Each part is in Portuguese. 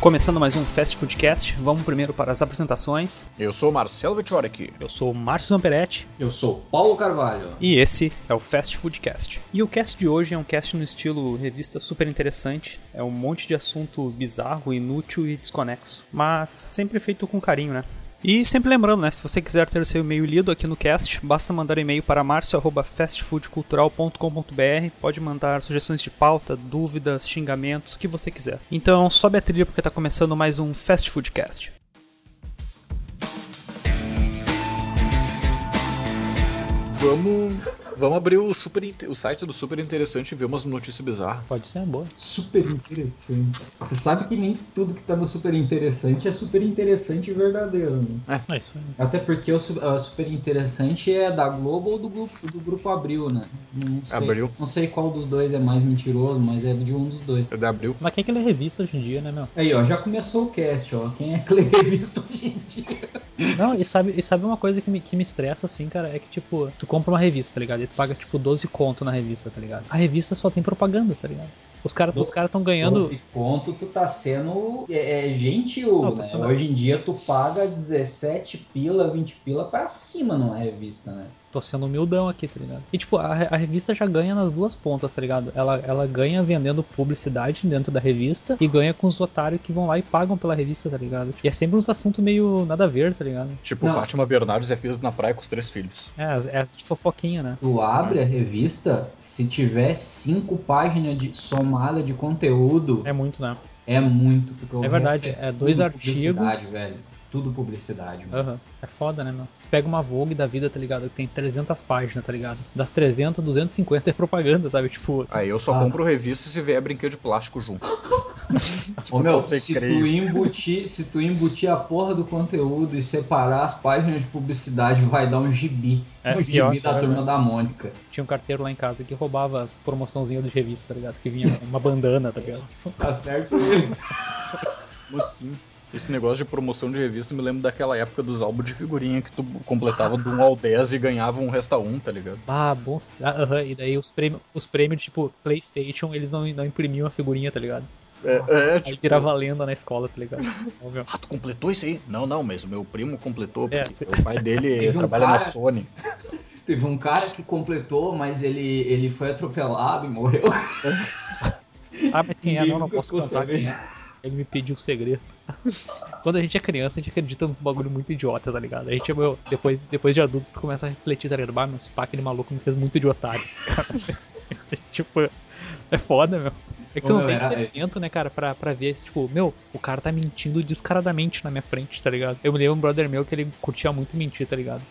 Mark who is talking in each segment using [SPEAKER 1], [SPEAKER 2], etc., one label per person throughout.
[SPEAKER 1] Começando mais um Fast Foodcast, vamos primeiro para as apresentações.
[SPEAKER 2] Eu sou Marcelo Vecchiorek.
[SPEAKER 1] Eu sou o Márcio Zamperetti
[SPEAKER 3] Eu sou Paulo Carvalho.
[SPEAKER 1] e esse é o Fast Foodcast. E o cast de hoje é um cast no estilo revista super interessante. É um monte de assunto bizarro, inútil e desconexo, mas sempre feito com carinho, né? E sempre lembrando, né, se você quiser ter seu e-mail lido aqui no cast, basta mandar e-mail para marcio@fastfoodcultural.com.br. Pode mandar sugestões de pauta, dúvidas, xingamentos, o que você quiser. Então, sobe a trilha porque tá começando mais um Fast Foodcast.
[SPEAKER 2] Vamos, vamos abrir o, super, inte- o site do Super Interessante e ver umas notícias bizarras.
[SPEAKER 1] Pode ser, boa.
[SPEAKER 3] Super interessante. Você sabe que nem tudo que tá no super interessante é super interessante e verdadeiro, né?
[SPEAKER 1] É isso aí.
[SPEAKER 3] Até porque o su- a super interessante é da Globo ou do grupo, do grupo Abril, né? Não sei,
[SPEAKER 2] Abril.
[SPEAKER 3] Não sei qual dos dois é mais mentiroso, mas é de um dos dois.
[SPEAKER 2] É da Abril.
[SPEAKER 4] Mas quem é que lê revista hoje em dia, né, meu?
[SPEAKER 3] Aí, ó, já começou o cast, ó. Quem é que lê revista hoje em dia?
[SPEAKER 4] Não, e sabe, e sabe uma coisa que me, que me estressa, assim, cara? É que, tipo, tu compra uma revista, tá ligado? E tu paga, tipo, 12 conto na revista, tá ligado? A revista só tem propaganda, tá ligado? Os caras os cara tão ganhando.
[SPEAKER 3] Esse ponto tu tá sendo é, é, gentil,
[SPEAKER 4] Não, tô
[SPEAKER 3] né?
[SPEAKER 4] sendo-
[SPEAKER 3] Hoje em dia tu paga 17 pila, 20 pila pra cima numa revista, né?
[SPEAKER 4] Tô sendo humildão aqui, tá ligado? E, tipo, a, re- a revista já ganha nas duas pontas, tá ligado? Ela, ela ganha vendendo publicidade dentro da revista e ganha com os otários que vão lá e pagam pela revista, tá ligado? E é sempre uns assuntos meio nada a ver, tá ligado?
[SPEAKER 2] Tipo,
[SPEAKER 3] Não.
[SPEAKER 2] Fátima Bernardes é filha na praia com os três filhos.
[SPEAKER 4] É, as- é as de fofoquinha, né?
[SPEAKER 3] Tu abre a revista, se tiver cinco páginas de somada de conteúdo,
[SPEAKER 4] É muito, né?
[SPEAKER 3] é muito. Porque o
[SPEAKER 4] É verdade,
[SPEAKER 3] resto
[SPEAKER 4] é dois
[SPEAKER 3] tudo
[SPEAKER 4] artigos.
[SPEAKER 3] Publicidade, velho. Tudo publicidade. mano.
[SPEAKER 4] Aham. É foda, né, meu? Tu pega uma Vogue da vida, tá ligado? Que tem 300 páginas, tá ligado? Das 300, 250 é propaganda, sabe? Tipo,
[SPEAKER 2] Aí eu só
[SPEAKER 3] Ah.
[SPEAKER 2] compro revista se vier brinquedo de plástico junto.
[SPEAKER 3] Ô, meu,
[SPEAKER 2] você
[SPEAKER 3] se
[SPEAKER 2] creio.
[SPEAKER 3] tu, embutir, se tu embutir a porra do conteúdo e separar as páginas de publicidade, vai dar um gibi.
[SPEAKER 4] É,
[SPEAKER 3] um gibi
[SPEAKER 4] pior,
[SPEAKER 3] da
[SPEAKER 4] é
[SPEAKER 3] turma da Mônica.
[SPEAKER 4] tinha um carteiro lá em casa que roubava as promoçãozinhas de revista, tá ligado? Que vinha uma bandana, tá ligado? Tipo,
[SPEAKER 3] Tá certo?
[SPEAKER 2] Como assim? Esse negócio de promoção de revista me lembra daquela época dos álbuns de figurinha que tu completava do 1 ao 10 e ganhava um resta um, tá ligado?
[SPEAKER 4] ah, bons. Ah, aham. E daí os prêmios, os prêmios, tipo, PlayStation, eles não, não imprimiam a figurinha, tá ligado?
[SPEAKER 2] É, é
[SPEAKER 4] Aí
[SPEAKER 2] tipo,
[SPEAKER 4] tirava a lenda na escola, tá ligado? Óbvio.
[SPEAKER 2] Ah, tu completou isso aí? Não, não, mas o meu primo completou, porque
[SPEAKER 4] É, se-
[SPEAKER 2] o pai dele
[SPEAKER 3] Teve um
[SPEAKER 2] trabalha na
[SPEAKER 3] cara-
[SPEAKER 2] Sony.
[SPEAKER 3] Teve um cara que completou, mas ele, ele foi atropelado e morreu.
[SPEAKER 4] Ah, mas quem é?
[SPEAKER 3] Ninguém
[SPEAKER 4] Não, não
[SPEAKER 3] nunca
[SPEAKER 4] posso
[SPEAKER 3] ficou
[SPEAKER 4] contar.
[SPEAKER 3] sabendo.
[SPEAKER 4] quem é. Ele me pediu um segredo. Quando a gente é criança, a gente acredita nos bagulho muito idiota, tá ligado? A gente, meu, depois, depois de adultos, começa a refletir, tá ligado? Ah, meu, esse pá, aquele maluco me fez muito de otário. cara. tipo, é foda, meu. É que tu não
[SPEAKER 3] Ô, meu,
[SPEAKER 4] tem
[SPEAKER 3] era-
[SPEAKER 4] discernimento, né, cara, pra, pra ver, tipo, meu, o cara tá mentindo descaradamente na minha frente, tá ligado? Eu me lembro um brother meu que ele curtia muito mentir, tá ligado?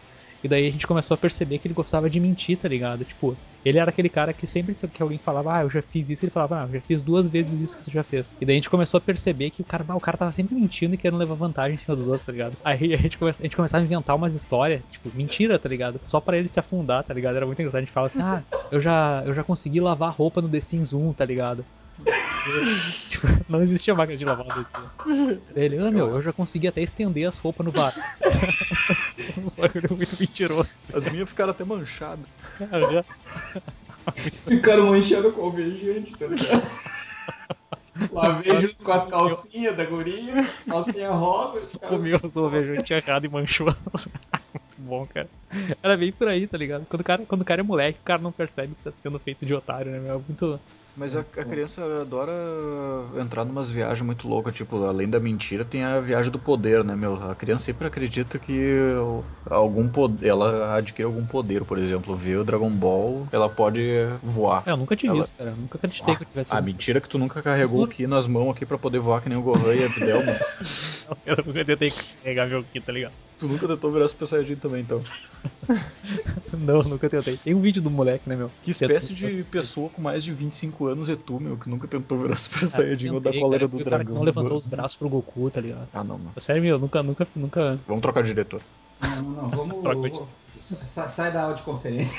[SPEAKER 4] E daí a gente começou a perceber que ele gostava de mentir, tá ligado? Tipo, ele era aquele cara que sempre que alguém falava, ah, eu já fiz isso, ele falava, ah, eu já fiz duas vezes isso que tu já fez. E daí a gente começou a perceber que o cara, ah, o cara tava sempre mentindo e querendo levar vantagem em cima dos outros, tá ligado? Aí a gente, começa, a gente começava a inventar umas histórias, tipo, mentira, tá ligado? Só pra ele se afundar, tá ligado? Era muito engraçado. A gente falava assim, ah, eu já, eu já consegui lavar roupa no The Sims 1, tá ligado? Tipo, não existia máquina de lavar no The Sims. Daí ele, ah, meu, eu já consegui até estender as roupas no bar. Uns bagulho muito mentiroso.
[SPEAKER 2] As minhas ficaram até manchadas.
[SPEAKER 4] cara.
[SPEAKER 3] Ficaram manchando com alvejante, tá ligado?
[SPEAKER 4] Tá
[SPEAKER 3] Lavei junto com as calcinhas da guria, calcinha rosa. cara.
[SPEAKER 4] comeu os alvejantes errado e manchou. Muito bom, cara. Era bem por aí, tá ligado? Quando o cara, quando o cara é moleque, o cara não percebe que tá sendo feito de otário, né? meu? É muito.
[SPEAKER 2] Mas a, a criança adora entrar numas viagens muito loucas, tipo, além da mentira, tem a viagem do poder, né, meu? A criança sempre acredita que algum poder, ela adquire algum poder, por exemplo, vê o Dragon Ball, ela pode voar.
[SPEAKER 4] É, eu nunca tive
[SPEAKER 2] Ela-
[SPEAKER 4] isso, cara. Eu nunca acreditei que eu tivesse um-
[SPEAKER 2] A mentira é que tu nunca carregou o Ki nas mãos aqui pra poder voar que nem o Gohan e a Abdelma.
[SPEAKER 4] um. Eu nunca tentei carregar meu Ki, tá ligado?
[SPEAKER 2] tu nunca tentou virar Super Saiyajin também, então.
[SPEAKER 4] Não, nunca tentei. Tem um vídeo do moleque, né, meu?
[SPEAKER 2] Que espécie de pessoa com mais de 25 anos é tu, meu, que nunca tentou virar Super Saiyajin ou da
[SPEAKER 4] Tentei,
[SPEAKER 2] coleira
[SPEAKER 4] É, cara,
[SPEAKER 2] do
[SPEAKER 4] fui o cara que
[SPEAKER 2] dragão?
[SPEAKER 4] não levantou os braços pro Goku, tá ligado?
[SPEAKER 2] Ah, não, mano.
[SPEAKER 4] Sério, meu, nunca, nunca, nunca.
[SPEAKER 2] Vamos trocar de diretor.
[SPEAKER 3] Não, não, não, vamos.
[SPEAKER 4] Troca de-
[SPEAKER 3] sa- Sai da audioconferência.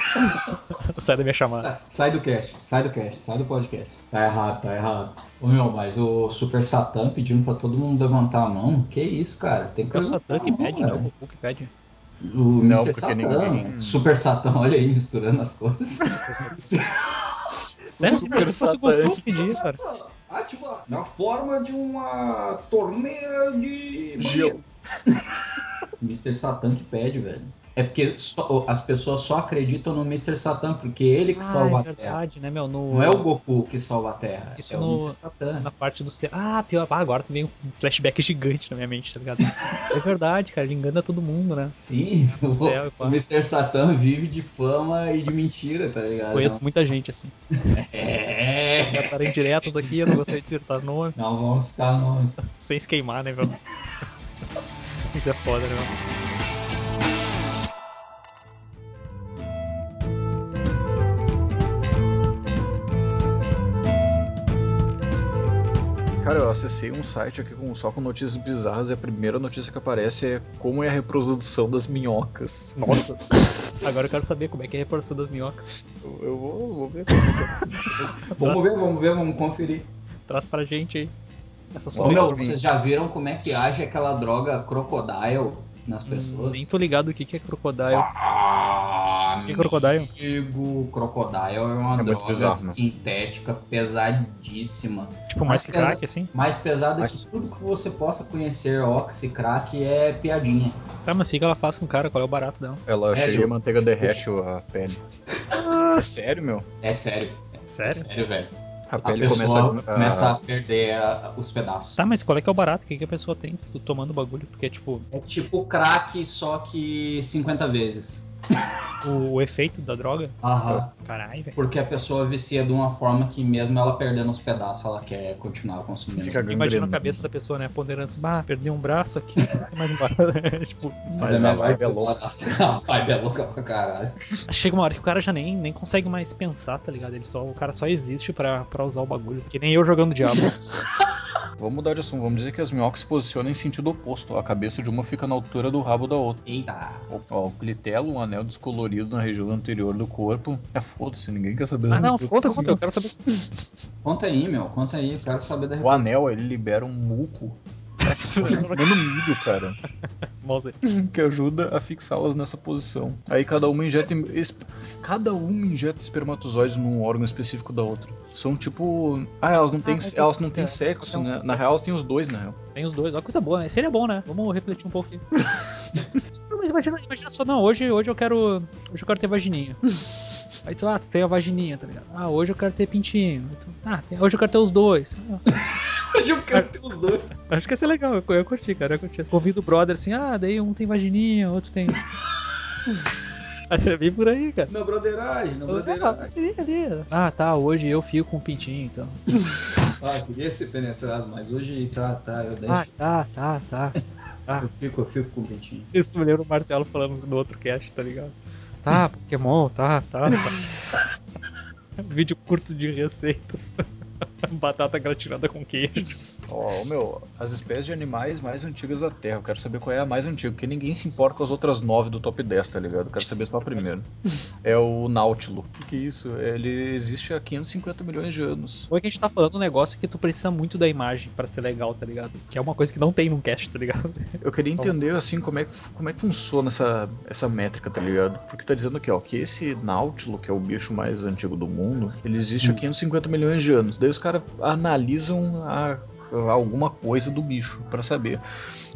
[SPEAKER 4] Sai da minha chamada.
[SPEAKER 3] Sa- Sai do cast, sai do cast, sai do podcast. Tá errado, tá errado. Ô meu, mas o Super Satã pedindo pra todo mundo levantar a mão. Que isso, cara? Tem que
[SPEAKER 4] É o Satã que
[SPEAKER 3] levantar a mão,
[SPEAKER 4] pede, né? O
[SPEAKER 3] velho.
[SPEAKER 4] Goku que pede.
[SPEAKER 3] O
[SPEAKER 2] Não,
[SPEAKER 3] Mr.
[SPEAKER 2] porque
[SPEAKER 3] Satã,
[SPEAKER 2] ninguém-
[SPEAKER 3] velho. Super Satã, olha aí, misturando as coisas.
[SPEAKER 4] Sério,
[SPEAKER 2] Super
[SPEAKER 4] meu, se fosse o
[SPEAKER 2] Satã.
[SPEAKER 4] Goku que pedir, cara.
[SPEAKER 5] Ah, tipo, na forma de uma torneira de.
[SPEAKER 2] Gelo.
[SPEAKER 3] Mr. Satan que pede, velho. É porque só- as pessoas só acreditam no Mr. Satan, porque ele que
[SPEAKER 4] Ah,
[SPEAKER 3] salva
[SPEAKER 4] é
[SPEAKER 3] a Terra.
[SPEAKER 4] verdade, né, meu? No,
[SPEAKER 3] Não é o Goku que salva a Terra,
[SPEAKER 4] Isso
[SPEAKER 3] é
[SPEAKER 4] no-
[SPEAKER 3] o Mr. Satan.
[SPEAKER 4] Na parte do céu. Ah, pior. Ah, agora tu veio um flashback gigante na minha mente, tá ligado? é verdade, cara. Ele engana todo mundo, né?
[SPEAKER 3] Sim, o,
[SPEAKER 4] céu, pá.
[SPEAKER 3] o Mr. Satan vive de fama e de mentira, tá ligado?
[SPEAKER 4] Conheço muita gente assim.
[SPEAKER 3] É.
[SPEAKER 4] Botaram diretas aqui, eu não gostaria de citar nome,
[SPEAKER 3] Não vamos citar nomes.
[SPEAKER 4] sem se queimar, né, meu? Isso é foda, né, meu?
[SPEAKER 2] Cara, eu acessei um site aqui com, só com notícias bizarras e a primeira notícia que aparece é como é a reprodução das minhocas. Nossa,
[SPEAKER 4] Agora eu quero saber como é que é a reprodução das minhocas.
[SPEAKER 2] eu, eu vou, vou ver.
[SPEAKER 3] Vamos ver, vamos ver, vamos conferir.
[SPEAKER 4] Traz pra gente aí. Essa
[SPEAKER 3] Ô, meu,
[SPEAKER 4] sobrenatural.
[SPEAKER 3] vocês já viram como é que age aquela droga crocodile nas pessoas?
[SPEAKER 4] Hum, Nem tô ligado o que que é crocodile.
[SPEAKER 3] Ah,
[SPEAKER 4] O que é crocodile?
[SPEAKER 3] amigo, crocodile é uma
[SPEAKER 2] É muito
[SPEAKER 3] droga
[SPEAKER 2] bizarro, né?
[SPEAKER 3] sintética pesadíssima.
[SPEAKER 4] Tipo, mais
[SPEAKER 3] Acho
[SPEAKER 4] que
[SPEAKER 3] que era-
[SPEAKER 4] crack, assim?
[SPEAKER 3] Mais pesada
[SPEAKER 2] Mas-
[SPEAKER 3] que tudo que você possa conhecer, oxi, crack, é piadinha.
[SPEAKER 4] Tá, mas o que que ela faz com o cara? Qual é o barato dela?
[SPEAKER 2] Ela
[SPEAKER 3] Sério?
[SPEAKER 2] cheia a manteiga derrete a pele. É sério, meu?
[SPEAKER 3] É sério, é
[SPEAKER 4] Sério?
[SPEAKER 3] sério, velho.
[SPEAKER 2] A
[SPEAKER 3] A
[SPEAKER 2] pele
[SPEAKER 3] pessoa
[SPEAKER 2] começa, ah.
[SPEAKER 3] começa,
[SPEAKER 2] a-
[SPEAKER 3] a perder ah, os pedaços.
[SPEAKER 4] Tá, mas qual é que é o barato? O que que a pessoa tem se tu tomando o bagulho? Porque, tipo,
[SPEAKER 3] É tipo crack, só que 50 vezes.
[SPEAKER 4] o, o efeito da droga...
[SPEAKER 3] Aham.
[SPEAKER 2] Tá.
[SPEAKER 4] Caralho, velho.
[SPEAKER 3] Porque a pessoa vicia de uma forma que mesmo ela perdendo os pedaços, ela quer continuar consumindo.
[SPEAKER 2] Fica gangrena.
[SPEAKER 4] Imagina a cabeça da pessoa, né? Ponderando assim, bah, perdi um braço aqui, mais um braço. tipo,
[SPEAKER 3] Mas,
[SPEAKER 2] Mas
[SPEAKER 3] a
[SPEAKER 2] a
[SPEAKER 3] minha
[SPEAKER 2] vibe
[SPEAKER 3] vibe
[SPEAKER 2] é
[SPEAKER 3] é louca. A vibe é louca pra caralho.
[SPEAKER 4] chega uma hora que o cara já nem, nem consegue mais pensar, tá ligado? Ele só, o cara só existe pra, pra usar o bagulho. Que nem eu jogando Diablo.
[SPEAKER 2] Vamos mudar de assunto, vamos dizer que as minhocas se posicionam em sentido oposto. A cabeça de uma fica na altura do rabo da outra.
[SPEAKER 3] Eita.
[SPEAKER 2] Ó, o clitelo, um anel descolorido na região anterior do corpo. É foda-se, ninguém quer saber.
[SPEAKER 4] ah,
[SPEAKER 2] da-
[SPEAKER 4] não, conta, conta, eu quero saber.
[SPEAKER 3] Conta aí, meu. Conta aí. Eu quero saber da
[SPEAKER 2] O anel, ele libera um muco. Mano, milho, cara.
[SPEAKER 4] Mouse.
[SPEAKER 2] que ajuda a fixá-las nessa posição. Aí cada uma injeta em- esp- cada uma injeta espermatozoides num órgão específico da outra. São tipo, ah, elas não têm,
[SPEAKER 4] Ah, é
[SPEAKER 2] elas não têm
[SPEAKER 4] é,
[SPEAKER 2] sexo,
[SPEAKER 4] é um
[SPEAKER 2] né?
[SPEAKER 4] sexo.
[SPEAKER 2] Na real, elas têm os dois, na real.
[SPEAKER 4] Tem os dois, olha coisa boa, né? Seria bom, né? Vamos refletir um pouco aqui. não, mas imagina, imagina só, não, hoje, hoje eu quero. Hoje eu quero ter vagininha. Aí tu, ah, tu tem a vagininha, tá ligado? Ah, hoje eu quero ter pintinho. Aí tu, ah, tem- hoje eu quero ter os dois.
[SPEAKER 3] Hoje eu
[SPEAKER 2] É.
[SPEAKER 3] quero ter os dois.
[SPEAKER 4] Acho que ia ser legal, eu, eu curti, cara, eu curti. Convido o brother assim, ah, daí um tem vagininha, outro tem. Acho que é bem por aí, cara.
[SPEAKER 3] Na broderagem, na broderagem.
[SPEAKER 4] tá seria ali. Ah, tá, hoje eu fico com o pintinho, então.
[SPEAKER 3] Ah, queria ser penetrado, mas hoje tá, tá. Eu deixo.
[SPEAKER 4] Ah, tá, tá, tá.
[SPEAKER 3] Eu fico, eu fico com o pintinho.
[SPEAKER 4] Isso me lembra o Marcelo falando no outro cast, tá ligado? Tá, Pokémon, tá, tá. tá. Vídeo curto de receitas. Batata gratinada com queijo.
[SPEAKER 2] Ó, ô, meu, as espécies de animais mais antigas da Terra. Eu quero saber qual é a mais antiga, porque ninguém se importa com as outras nove do top 10, tá ligado? Eu quero saber só a primeira. É o Nautilo. O que, que é isso? Ele existe há 550 milhões de anos.
[SPEAKER 4] Ou é que a gente tá falando um negócio que tu precisa muito da imagem pra ser legal, tá ligado? Que é uma coisa que não tem num cast, tá ligado?
[SPEAKER 2] Eu queria entender, assim, como é que, como é que funciona essa, essa métrica, tá ligado? Porque tá dizendo aqui, ó, que esse Nautilo, que é o bicho mais antigo do mundo, ele existe há 550 milhões de anos. Daí os caras analisam a- alguma coisa do bicho pra saber.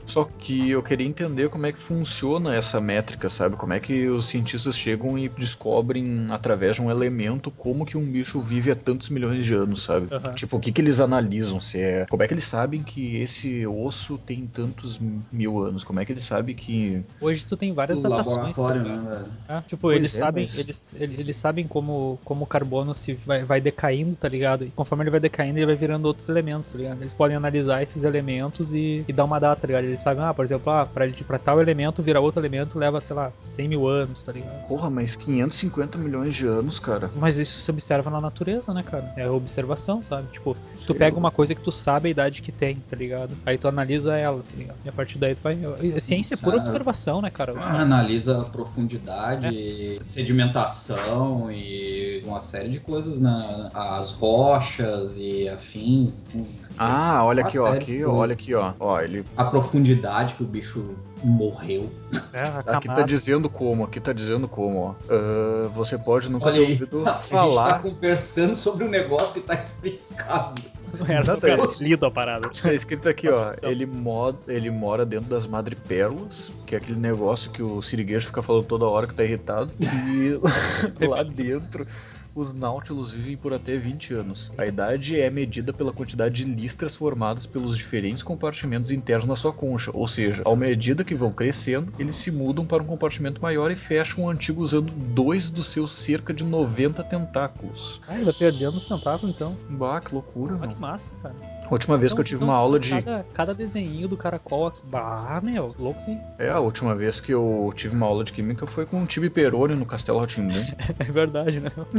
[SPEAKER 2] Só que eu queria entender como é que funciona essa métrica, sabe? Como é que os cientistas chegam e descobrem através de um elemento como que um bicho vive há tantos milhões de anos, sabe?
[SPEAKER 4] Aham.
[SPEAKER 2] Tipo, o que que eles analisam? Se é... Como é que eles sabem que esse osso tem tantos mil anos? Como é que eles sabem que...
[SPEAKER 4] Hoje tu tem várias
[SPEAKER 3] O
[SPEAKER 4] datações, tá
[SPEAKER 3] laboratório,
[SPEAKER 4] ligado?
[SPEAKER 3] né, velho?
[SPEAKER 4] Ah, tipo,
[SPEAKER 2] Pois
[SPEAKER 4] eles
[SPEAKER 2] é,
[SPEAKER 4] sabem,
[SPEAKER 2] mas-
[SPEAKER 4] eles, ele- eles sabem como, como o carbono se vai, vai decaindo, tá ligado? E conforme ele vai decaindo, ele vai virando outros elementos, tá ligado? Eles podem analisar esses elementos e, e dar uma data, tá ligado? Eles sabem, ah, por exemplo, ah, pra, ele- pra tal elemento virar outro elemento leva, sei lá, 100 mil anos, tá ligado?
[SPEAKER 2] Porra, mas 550 milhões de anos, cara.
[SPEAKER 4] Mas isso se observa na natureza, né, cara? É observação, sabe? Tipo, tu pega uma coisa que tu sabe a idade que tem, tá ligado? Aí tu analisa ela, tá ligado? E a partir daí tu vai. A ciência é pura
[SPEAKER 3] Ah.
[SPEAKER 4] observação, né, cara? Os
[SPEAKER 2] Ah,
[SPEAKER 4] caras-
[SPEAKER 3] Analisa a profundidade,
[SPEAKER 2] É.
[SPEAKER 3] sedimentação e uma série de coisas, né? As rochas e afins.
[SPEAKER 2] Ah, olha
[SPEAKER 3] Tá
[SPEAKER 2] aqui, ó.
[SPEAKER 3] certo,
[SPEAKER 2] Aqui,
[SPEAKER 3] pô.
[SPEAKER 2] olha aqui, ó. Ó, ele...
[SPEAKER 3] a profundidade que o bicho morreu.
[SPEAKER 4] É, a
[SPEAKER 2] Aqui tá
[SPEAKER 4] camada.
[SPEAKER 2] dizendo como, aqui tá dizendo como, ó. Ah, você pode nunca
[SPEAKER 3] Olha
[SPEAKER 2] ter
[SPEAKER 3] aí.
[SPEAKER 2] ouvido
[SPEAKER 3] "Ah, A gente
[SPEAKER 2] falar...
[SPEAKER 3] tá conversando sobre um negócio que tá explicado.
[SPEAKER 4] Era só
[SPEAKER 2] Nada,
[SPEAKER 4] cara,
[SPEAKER 2] é-
[SPEAKER 4] lido a parada.
[SPEAKER 2] Tá escrito aqui, ó. Ele, mo- ele mora dentro das madrepérolas, que é aquele negócio que o siriguejo fica falando toda hora que tá irritado. E lá dentro, os náutilos vivem por até 20 anos. A idade é medida pela quantidade de listras formadas pelos diferentes compartimentos internos na sua concha. Ou seja, à medida que vão crescendo, eles se mudam para um compartimento maior e fecham o antigo usando dois dos seus cerca de 90 tentáculos.
[SPEAKER 4] Ah, ainda perdendo o centavo então.
[SPEAKER 2] Bah, que loucura,
[SPEAKER 4] Ah,
[SPEAKER 2] mano.
[SPEAKER 4] que massa, cara.
[SPEAKER 2] A última vez que eu tive uma aula de
[SPEAKER 4] Cada, cada desenho do caracol aqui. Bah, meu, louco sim.
[SPEAKER 2] É, a última vez que eu tive uma aula de química foi com o Tibi Peroni no Castelo Rotimbu.
[SPEAKER 4] É verdade, né?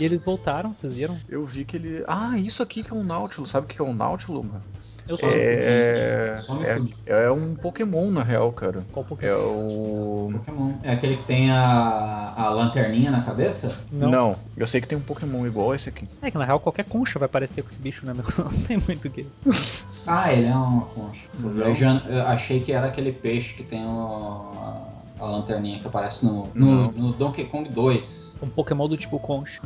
[SPEAKER 4] e eles voltaram, vocês viram?
[SPEAKER 2] Eu vi que ele. Ah, isso aqui que é um Náutilo. Sabe o que é um Náutilo, mano?
[SPEAKER 4] Eu
[SPEAKER 3] um
[SPEAKER 4] só não sei
[SPEAKER 2] É.
[SPEAKER 3] Só me
[SPEAKER 2] é-
[SPEAKER 3] fude.
[SPEAKER 2] É um Pokémon, na real, cara.
[SPEAKER 4] qual Pokémon.
[SPEAKER 2] É o.
[SPEAKER 3] Pokémon. É aquele que tem a, a lanterninha na cabeça?
[SPEAKER 2] Não. eu sei que tem um Pokémon igual esse aqui.
[SPEAKER 4] É que na real qualquer concha vai parecer com esse bicho, né, meu? Não tem muito o que.
[SPEAKER 3] Ah, ele é uma concha.
[SPEAKER 2] Não.
[SPEAKER 3] Eu, já, eu achei que era aquele peixe que tem o, a, a lanterninha que aparece no, no,
[SPEAKER 2] Não.
[SPEAKER 3] no Donkey Kong 2.
[SPEAKER 4] Um Pokémon do tipo concha.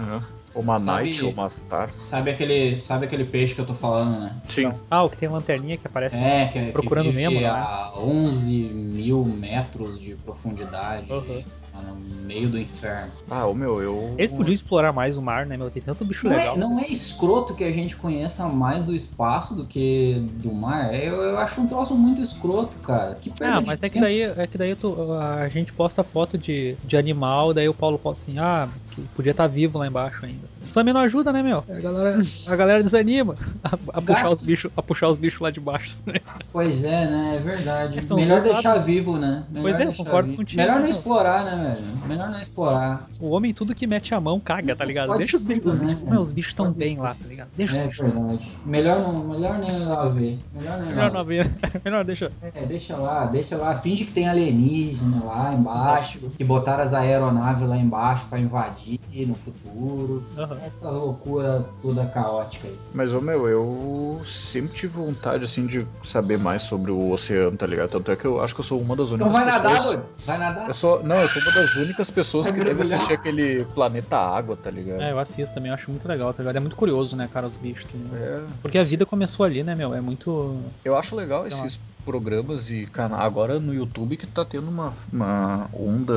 [SPEAKER 2] Ou uma
[SPEAKER 3] Sabe-
[SPEAKER 2] Knight, ou uma Star.
[SPEAKER 3] Sabe aquele, sabe aquele peixe que eu tô falando, né?
[SPEAKER 2] Sim.
[SPEAKER 4] Ah, o que tem lanterninha que aparece.
[SPEAKER 3] É, que,
[SPEAKER 4] Procurando
[SPEAKER 3] que vive
[SPEAKER 4] Nemo, né?
[SPEAKER 3] a 11 mil metros de profundidade. lá No meio do inferno.
[SPEAKER 2] Ah, o meu, eu.
[SPEAKER 4] Eles podiam explorar mais o mar, né, meu? Tem tanto bicho
[SPEAKER 3] Não é,
[SPEAKER 4] legal.
[SPEAKER 3] não é escroto que a gente conheça mais do espaço do que do mar. Eu, eu acho um troço muito escroto, cara. Que perda
[SPEAKER 4] Ah,
[SPEAKER 3] de
[SPEAKER 4] mas é que
[SPEAKER 3] tempo.
[SPEAKER 4] daí, é que daí eu tô- a gente posta foto de, de animal, daí o Paulo fala assim, ah, que podia estar vivo lá embaixo ainda. Isso também não ajuda, né, meu? A galera, a galera desanima a, a puxar
[SPEAKER 3] Gasto.
[SPEAKER 4] os bichos, a puxar os bichos lá de baixo. né?
[SPEAKER 3] Pois é, né? É verdade.
[SPEAKER 4] São
[SPEAKER 3] Melhor
[SPEAKER 4] os dois
[SPEAKER 3] deixar
[SPEAKER 4] lados.
[SPEAKER 3] vivo, né? Melhor
[SPEAKER 4] Pois é, eu
[SPEAKER 3] deixar
[SPEAKER 4] concordo contigo,
[SPEAKER 3] Melhor não
[SPEAKER 4] né,
[SPEAKER 3] explorar, né, velho? Melhor não explorar. né?
[SPEAKER 4] O homem tudo que mete a mão caga, tá ligado?
[SPEAKER 3] Pode
[SPEAKER 4] Deixa os bichos, os
[SPEAKER 3] tudo, né,
[SPEAKER 4] bichos,
[SPEAKER 3] cara?
[SPEAKER 4] meu, os bichos tão bem lá, tá ligado? Deixa os
[SPEAKER 3] É
[SPEAKER 4] bichos.
[SPEAKER 3] verdade. Melhor, não, melhor nem lá ver. Melhor nem
[SPEAKER 4] Melhor
[SPEAKER 3] lá.
[SPEAKER 4] não abrir, melhor deixa.
[SPEAKER 3] É, deixa lá, deixa lá. Finge que tem alienígena lá embaixo. Que botaram as aeronaves lá embaixo pra invadir no futuro.
[SPEAKER 4] Aham.
[SPEAKER 3] Essa loucura toda caótica aí.
[SPEAKER 2] Mas, ô meu, eu sempre tive vontade, assim, de saber mais sobre o oceano, tá ligado? Tanto é que eu acho que eu sou uma das únicas
[SPEAKER 3] Então vai nadar,
[SPEAKER 2] pessoas.
[SPEAKER 3] doido. Vai nadar.
[SPEAKER 2] Eu sou, não, eu sou uma das únicas pessoas que
[SPEAKER 3] Vai
[SPEAKER 2] deve
[SPEAKER 3] mergulhar.
[SPEAKER 2] assistir aquele Planeta Água, tá ligado?
[SPEAKER 4] É, eu assisto também, eu acho muito legal, tá ligado? É muito curioso, né, cara, os bichos. tá ligado?
[SPEAKER 2] É,
[SPEAKER 4] Porque a vida começou ali, né, meu? É muito.
[SPEAKER 2] eu acho legal
[SPEAKER 4] Sei lá.
[SPEAKER 2] esses programas e canais. Agora no YouTube que tá tendo uma, uma onda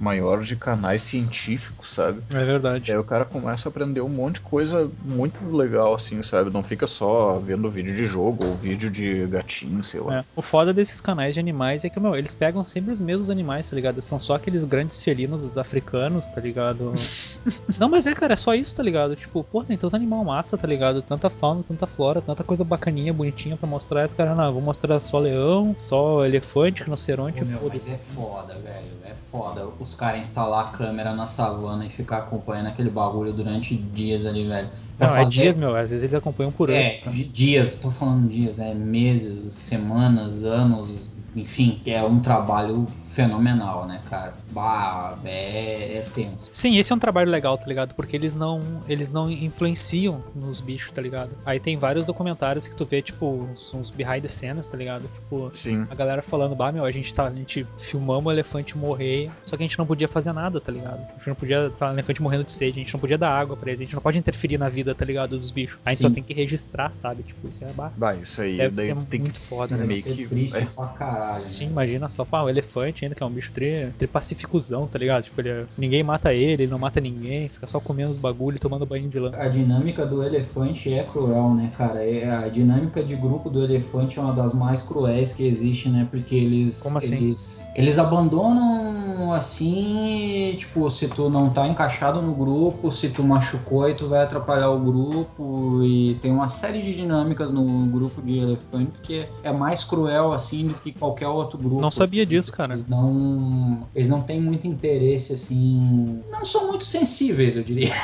[SPEAKER 2] maior de canais científicos, sabe?
[SPEAKER 4] É verdade.
[SPEAKER 2] E aí o cara começa a aprender um monte de coisa muito legal, assim, sabe? Não fica só vendo vídeo de jogo ou vídeo de gatinho, sei lá.
[SPEAKER 4] É. O foda desses canais de animais é que, meu, eles pegam sempre os mesmos animais, tá ligado? São só aqueles grandes felinos africanos, tá ligado? Não, mas é, cara, é só isso, tá ligado? Tipo, pô, tem tanto animal massa, tá ligado? Tanta fauna, tanta flora, tanta coisa bacaninha, bonitinha pra mostrar. Esse cara, não, eu vou mostrar só leão, só elefante, rinoceronte,
[SPEAKER 3] Pô, meu, mas
[SPEAKER 4] foda-se.
[SPEAKER 3] é foda, velho. É foda os caras instalar a câmera na savana e ficar acompanhando aquele bagulho durante dias ali, velho. Pra
[SPEAKER 4] Não, é
[SPEAKER 3] fazer-
[SPEAKER 4] dias, meu, às vezes eles acompanham por
[SPEAKER 3] É,
[SPEAKER 4] anos, cara.
[SPEAKER 3] de dias, tô falando dias, é meses, semanas, anos, enfim, é um trabalho fenomenal, né, cara? Bah, é, é tenso.
[SPEAKER 4] Sim, esse é um trabalho legal, tá ligado? Porque eles não, eles não influenciam nos bichos, tá ligado? Aí tem vários documentários que tu vê, tipo, uns, uns behind the scenes, tá ligado? Tipo,
[SPEAKER 2] Sim.
[SPEAKER 4] a galera falando, bah, meu, a gente tá, a gente filmamos o elefante morrer, só que a gente não podia fazer nada, tá ligado? A gente não podia, tá, o elefante morrendo de sede, a gente não podia dar água pra eles, a gente não pode interferir na vida, tá ligado, dos bichos. A gente só
[SPEAKER 3] Sim.
[SPEAKER 4] tem que registrar, sabe? Tipo, isso é bah,
[SPEAKER 2] Bah, isso aí
[SPEAKER 4] deve
[SPEAKER 2] daí
[SPEAKER 4] ser
[SPEAKER 2] tem que
[SPEAKER 4] muito foda, né?
[SPEAKER 3] Deve
[SPEAKER 2] meio
[SPEAKER 3] ser
[SPEAKER 2] que-
[SPEAKER 3] triste
[SPEAKER 2] é.
[SPEAKER 3] pra caralho. né?
[SPEAKER 4] Sim, imagina só, pá, um elefante ainda, que é um bicho tri, tri pacificuzão, tá ligado? Tipo, ele, é- ninguém mata ele, ele não mata ninguém, fica só comendo os bagulho e tomando banho de lã.
[SPEAKER 3] A dinâmica do elefante é cruel, né, cara? É, a dinâmica de grupo do elefante é uma das mais cruéis que existe, né? Porque eles.
[SPEAKER 4] Como assim?
[SPEAKER 3] Eles, eles abandonam assim, e, tipo, se tu não tá encaixado no grupo, se tu machucou e tu vai atrapalhar o grupo. E tem uma série de dinâmicas no grupo de elefantes que é, é mais cruel, assim, do que qualquer outro grupo.
[SPEAKER 4] Não sabia né? disso, cara.
[SPEAKER 3] Eles não, eles não têm muito interesse, assim. Não são muito sensíveis, eu diria.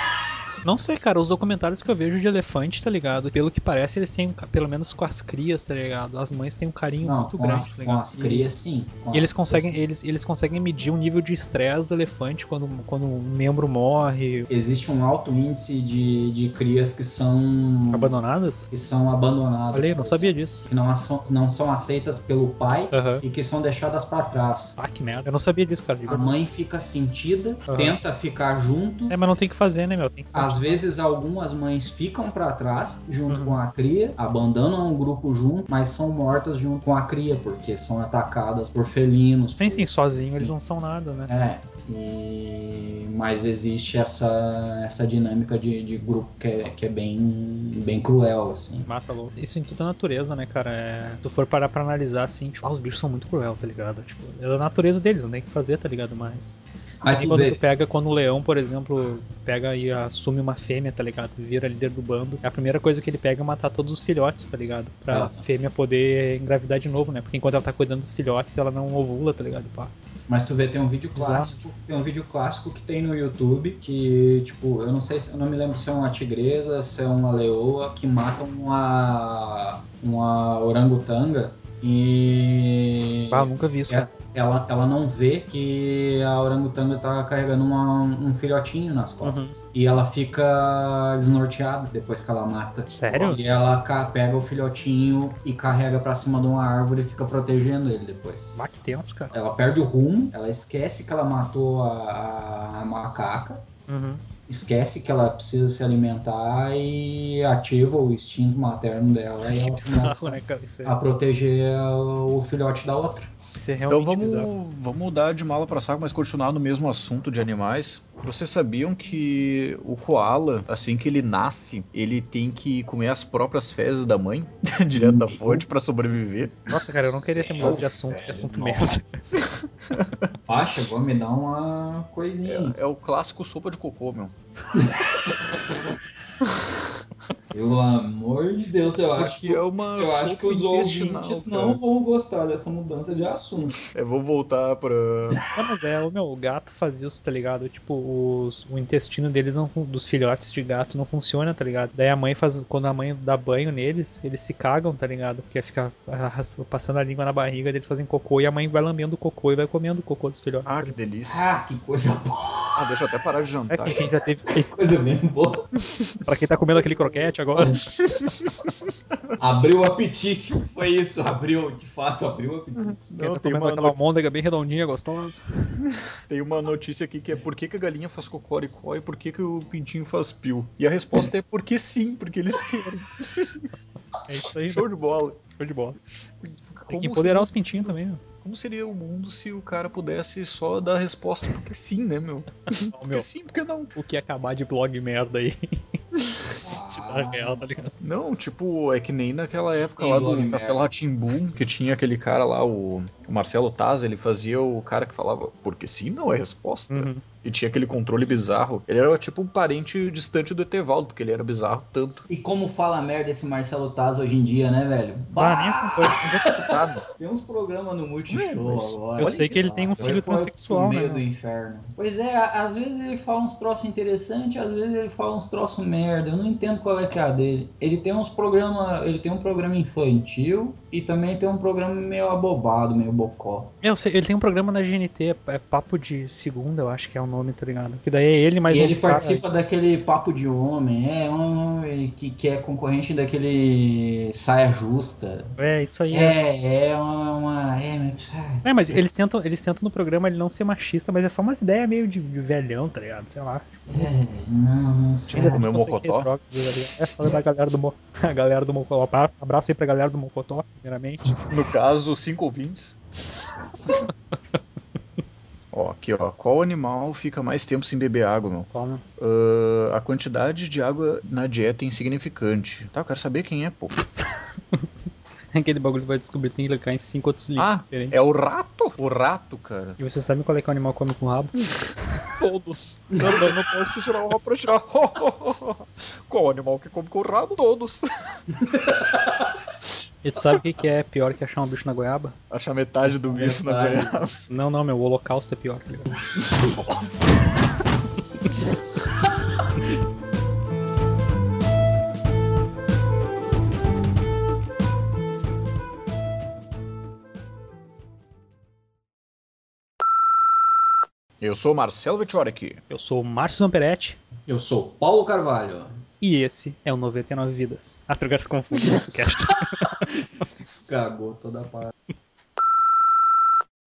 [SPEAKER 4] Não sei, cara, os documentários que eu vejo de elefante, tá ligado? Pelo que parece, eles têm, um ca- pelo menos com as crias, tá ligado? As mães têm um carinho
[SPEAKER 3] Não,
[SPEAKER 4] muito
[SPEAKER 3] com
[SPEAKER 4] grande,
[SPEAKER 3] as,
[SPEAKER 4] tá
[SPEAKER 3] com
[SPEAKER 4] ligado?
[SPEAKER 3] as crias, sim. Com
[SPEAKER 4] E
[SPEAKER 3] as
[SPEAKER 4] eles conseguem,
[SPEAKER 3] crias,
[SPEAKER 4] eles, eles conseguem medir o nível de estresse do elefante quando, quando um membro morre.
[SPEAKER 3] sim. Existe um alto índice de, de crias que são
[SPEAKER 4] Abandonadas?
[SPEAKER 3] que são abandonadas.
[SPEAKER 4] Falei, não
[SPEAKER 3] por
[SPEAKER 4] sabia disso.
[SPEAKER 3] exemplo, Que não, a- são, não são aceitas pelo pai
[SPEAKER 4] Aham.
[SPEAKER 3] e que são deixadas pra trás.
[SPEAKER 4] Ah, que merda. Eu não sabia disso, cara. de
[SPEAKER 3] A
[SPEAKER 4] verdade.
[SPEAKER 3] mãe fica sentida,
[SPEAKER 4] Aham.
[SPEAKER 3] tenta ficar junto.
[SPEAKER 4] É, mas não tem o que fazer, né, meu? Tem que
[SPEAKER 3] As Às vezes algumas mães ficam pra trás junto com
[SPEAKER 4] Uhum.
[SPEAKER 3] a cria, abandonam o grupo junto, mas são mortas junto com a cria porque são atacadas por felinos.
[SPEAKER 4] Sim,
[SPEAKER 3] por-
[SPEAKER 4] sim, sozinho eles não são nada, né?
[SPEAKER 3] É. E... Mas existe essa, essa dinâmica de, de grupo que é, que é bem, bem cruel, assim.
[SPEAKER 1] Mata louco.
[SPEAKER 4] Isso em toda a natureza, né, cara? É... Se tu for parar pra analisar, assim, tipo, ah, os bichos são muito cruel, tá ligado? Tipo, é da natureza deles, não tem o que fazer, tá ligado? Mas.
[SPEAKER 3] Aí
[SPEAKER 4] Aí
[SPEAKER 3] tu
[SPEAKER 4] quando
[SPEAKER 3] vê-
[SPEAKER 4] tu pega, quando o leão, por exemplo, pega e assume uma fêmea, tá ligado? Vira líder do bando. A primeira coisa que ele pega é matar todos os filhotes, tá ligado? Pra
[SPEAKER 3] Ah.
[SPEAKER 4] fêmea poder engravidar de novo, né? Porque enquanto ela tá cuidando dos filhotes, ela não ovula, tá ligado? Pá.
[SPEAKER 3] Mas tu vê, tem um vídeo
[SPEAKER 4] Bizarro.
[SPEAKER 3] clássico, tem um vídeo clássico que tem no YouTube que, tipo, eu não sei, se- eu não me lembro se é uma tigresa, se é uma leoa que mata uma uma orangutanga e
[SPEAKER 4] Ah, nunca vi isso,
[SPEAKER 3] É.
[SPEAKER 4] cara.
[SPEAKER 3] ela, ela não vê que a orangutanga tá carregando uma- um filhotinho nas costas e ela fica desnorteada depois que ela mata.
[SPEAKER 4] Sério?
[SPEAKER 3] E ela ca- pega o filhotinho e carrega pra cima de uma árvore e fica protegendo ele depois.
[SPEAKER 4] Lá que tenso, cara.
[SPEAKER 3] Ela perde o rumo, ela esquece que ela matou a, a- a macaca,
[SPEAKER 4] Uhum.
[SPEAKER 3] esquece que ela precisa se alimentar e ativa o instinto materno dela
[SPEAKER 4] Que
[SPEAKER 3] e ela
[SPEAKER 4] bizarro,
[SPEAKER 3] começa
[SPEAKER 4] né, cara? Isso é,
[SPEAKER 3] a proteger o filhote da outra.
[SPEAKER 4] isso é realmente
[SPEAKER 2] Então vamos,
[SPEAKER 4] bizarro.
[SPEAKER 2] vamos mudar de mala para saco, mas continuar no mesmo assunto de animais. Vocês sabiam que o koala, assim que ele nasce, ele tem que comer as próprias fezes da mãe, direto
[SPEAKER 4] Uhum.
[SPEAKER 2] da fonte, para sobreviver?
[SPEAKER 4] Nossa, cara, eu não queria ter mudado de assunto, que assunto merda.
[SPEAKER 3] Ah, chegou a me dar uma coisinha.
[SPEAKER 2] É, é o clássico sopa de cocô, meu.
[SPEAKER 3] Pelo amor de Deus, eu acho
[SPEAKER 2] Porque
[SPEAKER 3] que.
[SPEAKER 2] é uma
[SPEAKER 5] Eu
[SPEAKER 2] sopa
[SPEAKER 5] acho que os
[SPEAKER 2] intestinal.
[SPEAKER 5] ouvintes
[SPEAKER 2] cara.
[SPEAKER 5] não vão gostar dessa mudança de assunto.
[SPEAKER 2] É, vamos voltar para
[SPEAKER 4] Não, mas é, o meu, o gato faz isso, tá ligado? Tipo, os- o intestino deles, não, fun- dos filhotes de gato, não funciona, tá ligado? Daí a mãe faz, quando a mãe dá banho neles, eles se cagam, tá ligado? Porque fica arras- passando a língua na barriga, deles fazem cocô e a mãe vai lambendo o cocô e vai comendo o cocô dos filhotes.
[SPEAKER 2] Ah, que delícia.
[SPEAKER 3] Ah, que coisa boa,
[SPEAKER 2] Ah, deixa eu até parar de
[SPEAKER 4] É
[SPEAKER 2] jantar.
[SPEAKER 4] que quem já teve,
[SPEAKER 3] coisa bem boa.
[SPEAKER 4] pra quem tá comendo aquele croquete agora.
[SPEAKER 5] Abriu o apetite. Foi isso, abriu, de fato, abriu o apetite.
[SPEAKER 4] quem
[SPEAKER 2] Não,
[SPEAKER 4] tá
[SPEAKER 2] tem
[SPEAKER 4] comendo
[SPEAKER 2] uma,
[SPEAKER 4] aquela
[SPEAKER 2] no-
[SPEAKER 4] almôndega bem redondinha, gostosa.
[SPEAKER 2] tem uma notícia aqui que é por que, que a galinha faz cocoricó e por que, que o pintinho faz pio. E a resposta é porque sim, porque eles querem.
[SPEAKER 4] É isso aí,
[SPEAKER 2] Show de bola.
[SPEAKER 4] show de bola. Tem
[SPEAKER 2] Como,
[SPEAKER 4] que empoderar os pintinhos também, né? meu.
[SPEAKER 2] como seria o mundo se o cara pudesse só dar a resposta porque sim, né, meu?
[SPEAKER 4] Ó,
[SPEAKER 2] Porque
[SPEAKER 4] Então, meu.
[SPEAKER 2] sim, porque não.
[SPEAKER 4] O que acabar de blog merda aí,
[SPEAKER 3] Ah,
[SPEAKER 4] na
[SPEAKER 2] Ah.
[SPEAKER 4] real, tá ligado?
[SPEAKER 2] Não, tipo, é que nem naquela época
[SPEAKER 5] Sim,
[SPEAKER 2] lá
[SPEAKER 5] blog
[SPEAKER 2] do Castelo Ratimbum, que tinha aquele cara lá, o, o Marcelo Taz, ele fazia o cara que falava porque sim não é resposta.
[SPEAKER 4] Uhum.
[SPEAKER 2] E tinha aquele controle bizarro. Ele era tipo um parente distante do Etevaldo, porque ele era bizarro tanto.
[SPEAKER 3] E como fala merda esse Marcelo Taz hoje em dia, né, velho?
[SPEAKER 4] Ah, nem acompanho.
[SPEAKER 2] Tá?
[SPEAKER 5] Tem uns programas no
[SPEAKER 2] É,
[SPEAKER 5] Multishow
[SPEAKER 2] mas
[SPEAKER 5] agora.
[SPEAKER 4] Eu sei que ele tem um
[SPEAKER 3] Foi
[SPEAKER 4] filho
[SPEAKER 3] pro- pro
[SPEAKER 4] transexual,
[SPEAKER 3] meio
[SPEAKER 4] né?
[SPEAKER 3] do
[SPEAKER 4] meu?
[SPEAKER 3] inferno. Pois é, a- às vezes ele fala uns troços interessantes, às vezes ele fala uns troços merda. Eu não entendo qual é que é a dele. Ele tem uns programa, ele tem um programa infantil e também tem um programa meio abobado, meio bocó.
[SPEAKER 4] Eu sei, ele tem um programa na GNT, é Papo de Segunda, eu acho que é o nome, tá ligado? Que daí é ele mais
[SPEAKER 3] e
[SPEAKER 4] uns
[SPEAKER 3] ele
[SPEAKER 4] caras.
[SPEAKER 3] participa daquele papo de homem, é um que, que é concorrente daquele saia justa.
[SPEAKER 4] É, isso aí. É.
[SPEAKER 3] É, é uma, uma- é, mas, ah,
[SPEAKER 4] É, mas eles tentam, eles tentam no programa ele não ser machista, mas é só umas ideias meio de, de velhão, tá ligado? Sei lá.
[SPEAKER 3] é, não, não sei.
[SPEAKER 2] Tipo, comer um
[SPEAKER 4] Não sei que
[SPEAKER 2] mocotó.
[SPEAKER 4] droga, tá ligado? É só da galera do, Mo- a galera do Mocotó. Abraço aí pra galera do Mocotó, primeiramente.
[SPEAKER 2] No caso, cinco ouvintes. ó, aqui, ó. Qual animal fica mais tempo sem beber água, meu?
[SPEAKER 4] Toma.
[SPEAKER 2] Ah, a quantidade de água na dieta é insignificante. Tá, eu quero saber quem é, pô.
[SPEAKER 4] Aquele bagulho que vai descobrir tem que em cinco outros livros
[SPEAKER 2] Ah,
[SPEAKER 4] diferentes.
[SPEAKER 2] é o rato? O rato, cara.
[SPEAKER 4] E você sabe qual é que o animal come com o rabo?
[SPEAKER 2] Todos. Não, não, não posso tirar uma pra tirar. Qual animal que come com o rabo? Todos.
[SPEAKER 4] E tu sabe o que, que é pior que achar um bicho na goiaba?
[SPEAKER 2] Achar metade do bicho na
[SPEAKER 5] Metade.
[SPEAKER 2] goiaba.
[SPEAKER 4] Não, não, meu, o holocausto é pior, tá ligado?
[SPEAKER 2] Eu sou o Marcelo Vittori aqui.
[SPEAKER 4] Eu sou o Márcio Zamperetti
[SPEAKER 3] Eu sou Paulo Carvalho.
[SPEAKER 4] e esse é o 99 Vidas. A trocar se confunde. podcast.
[SPEAKER 3] Cagou toda a parte.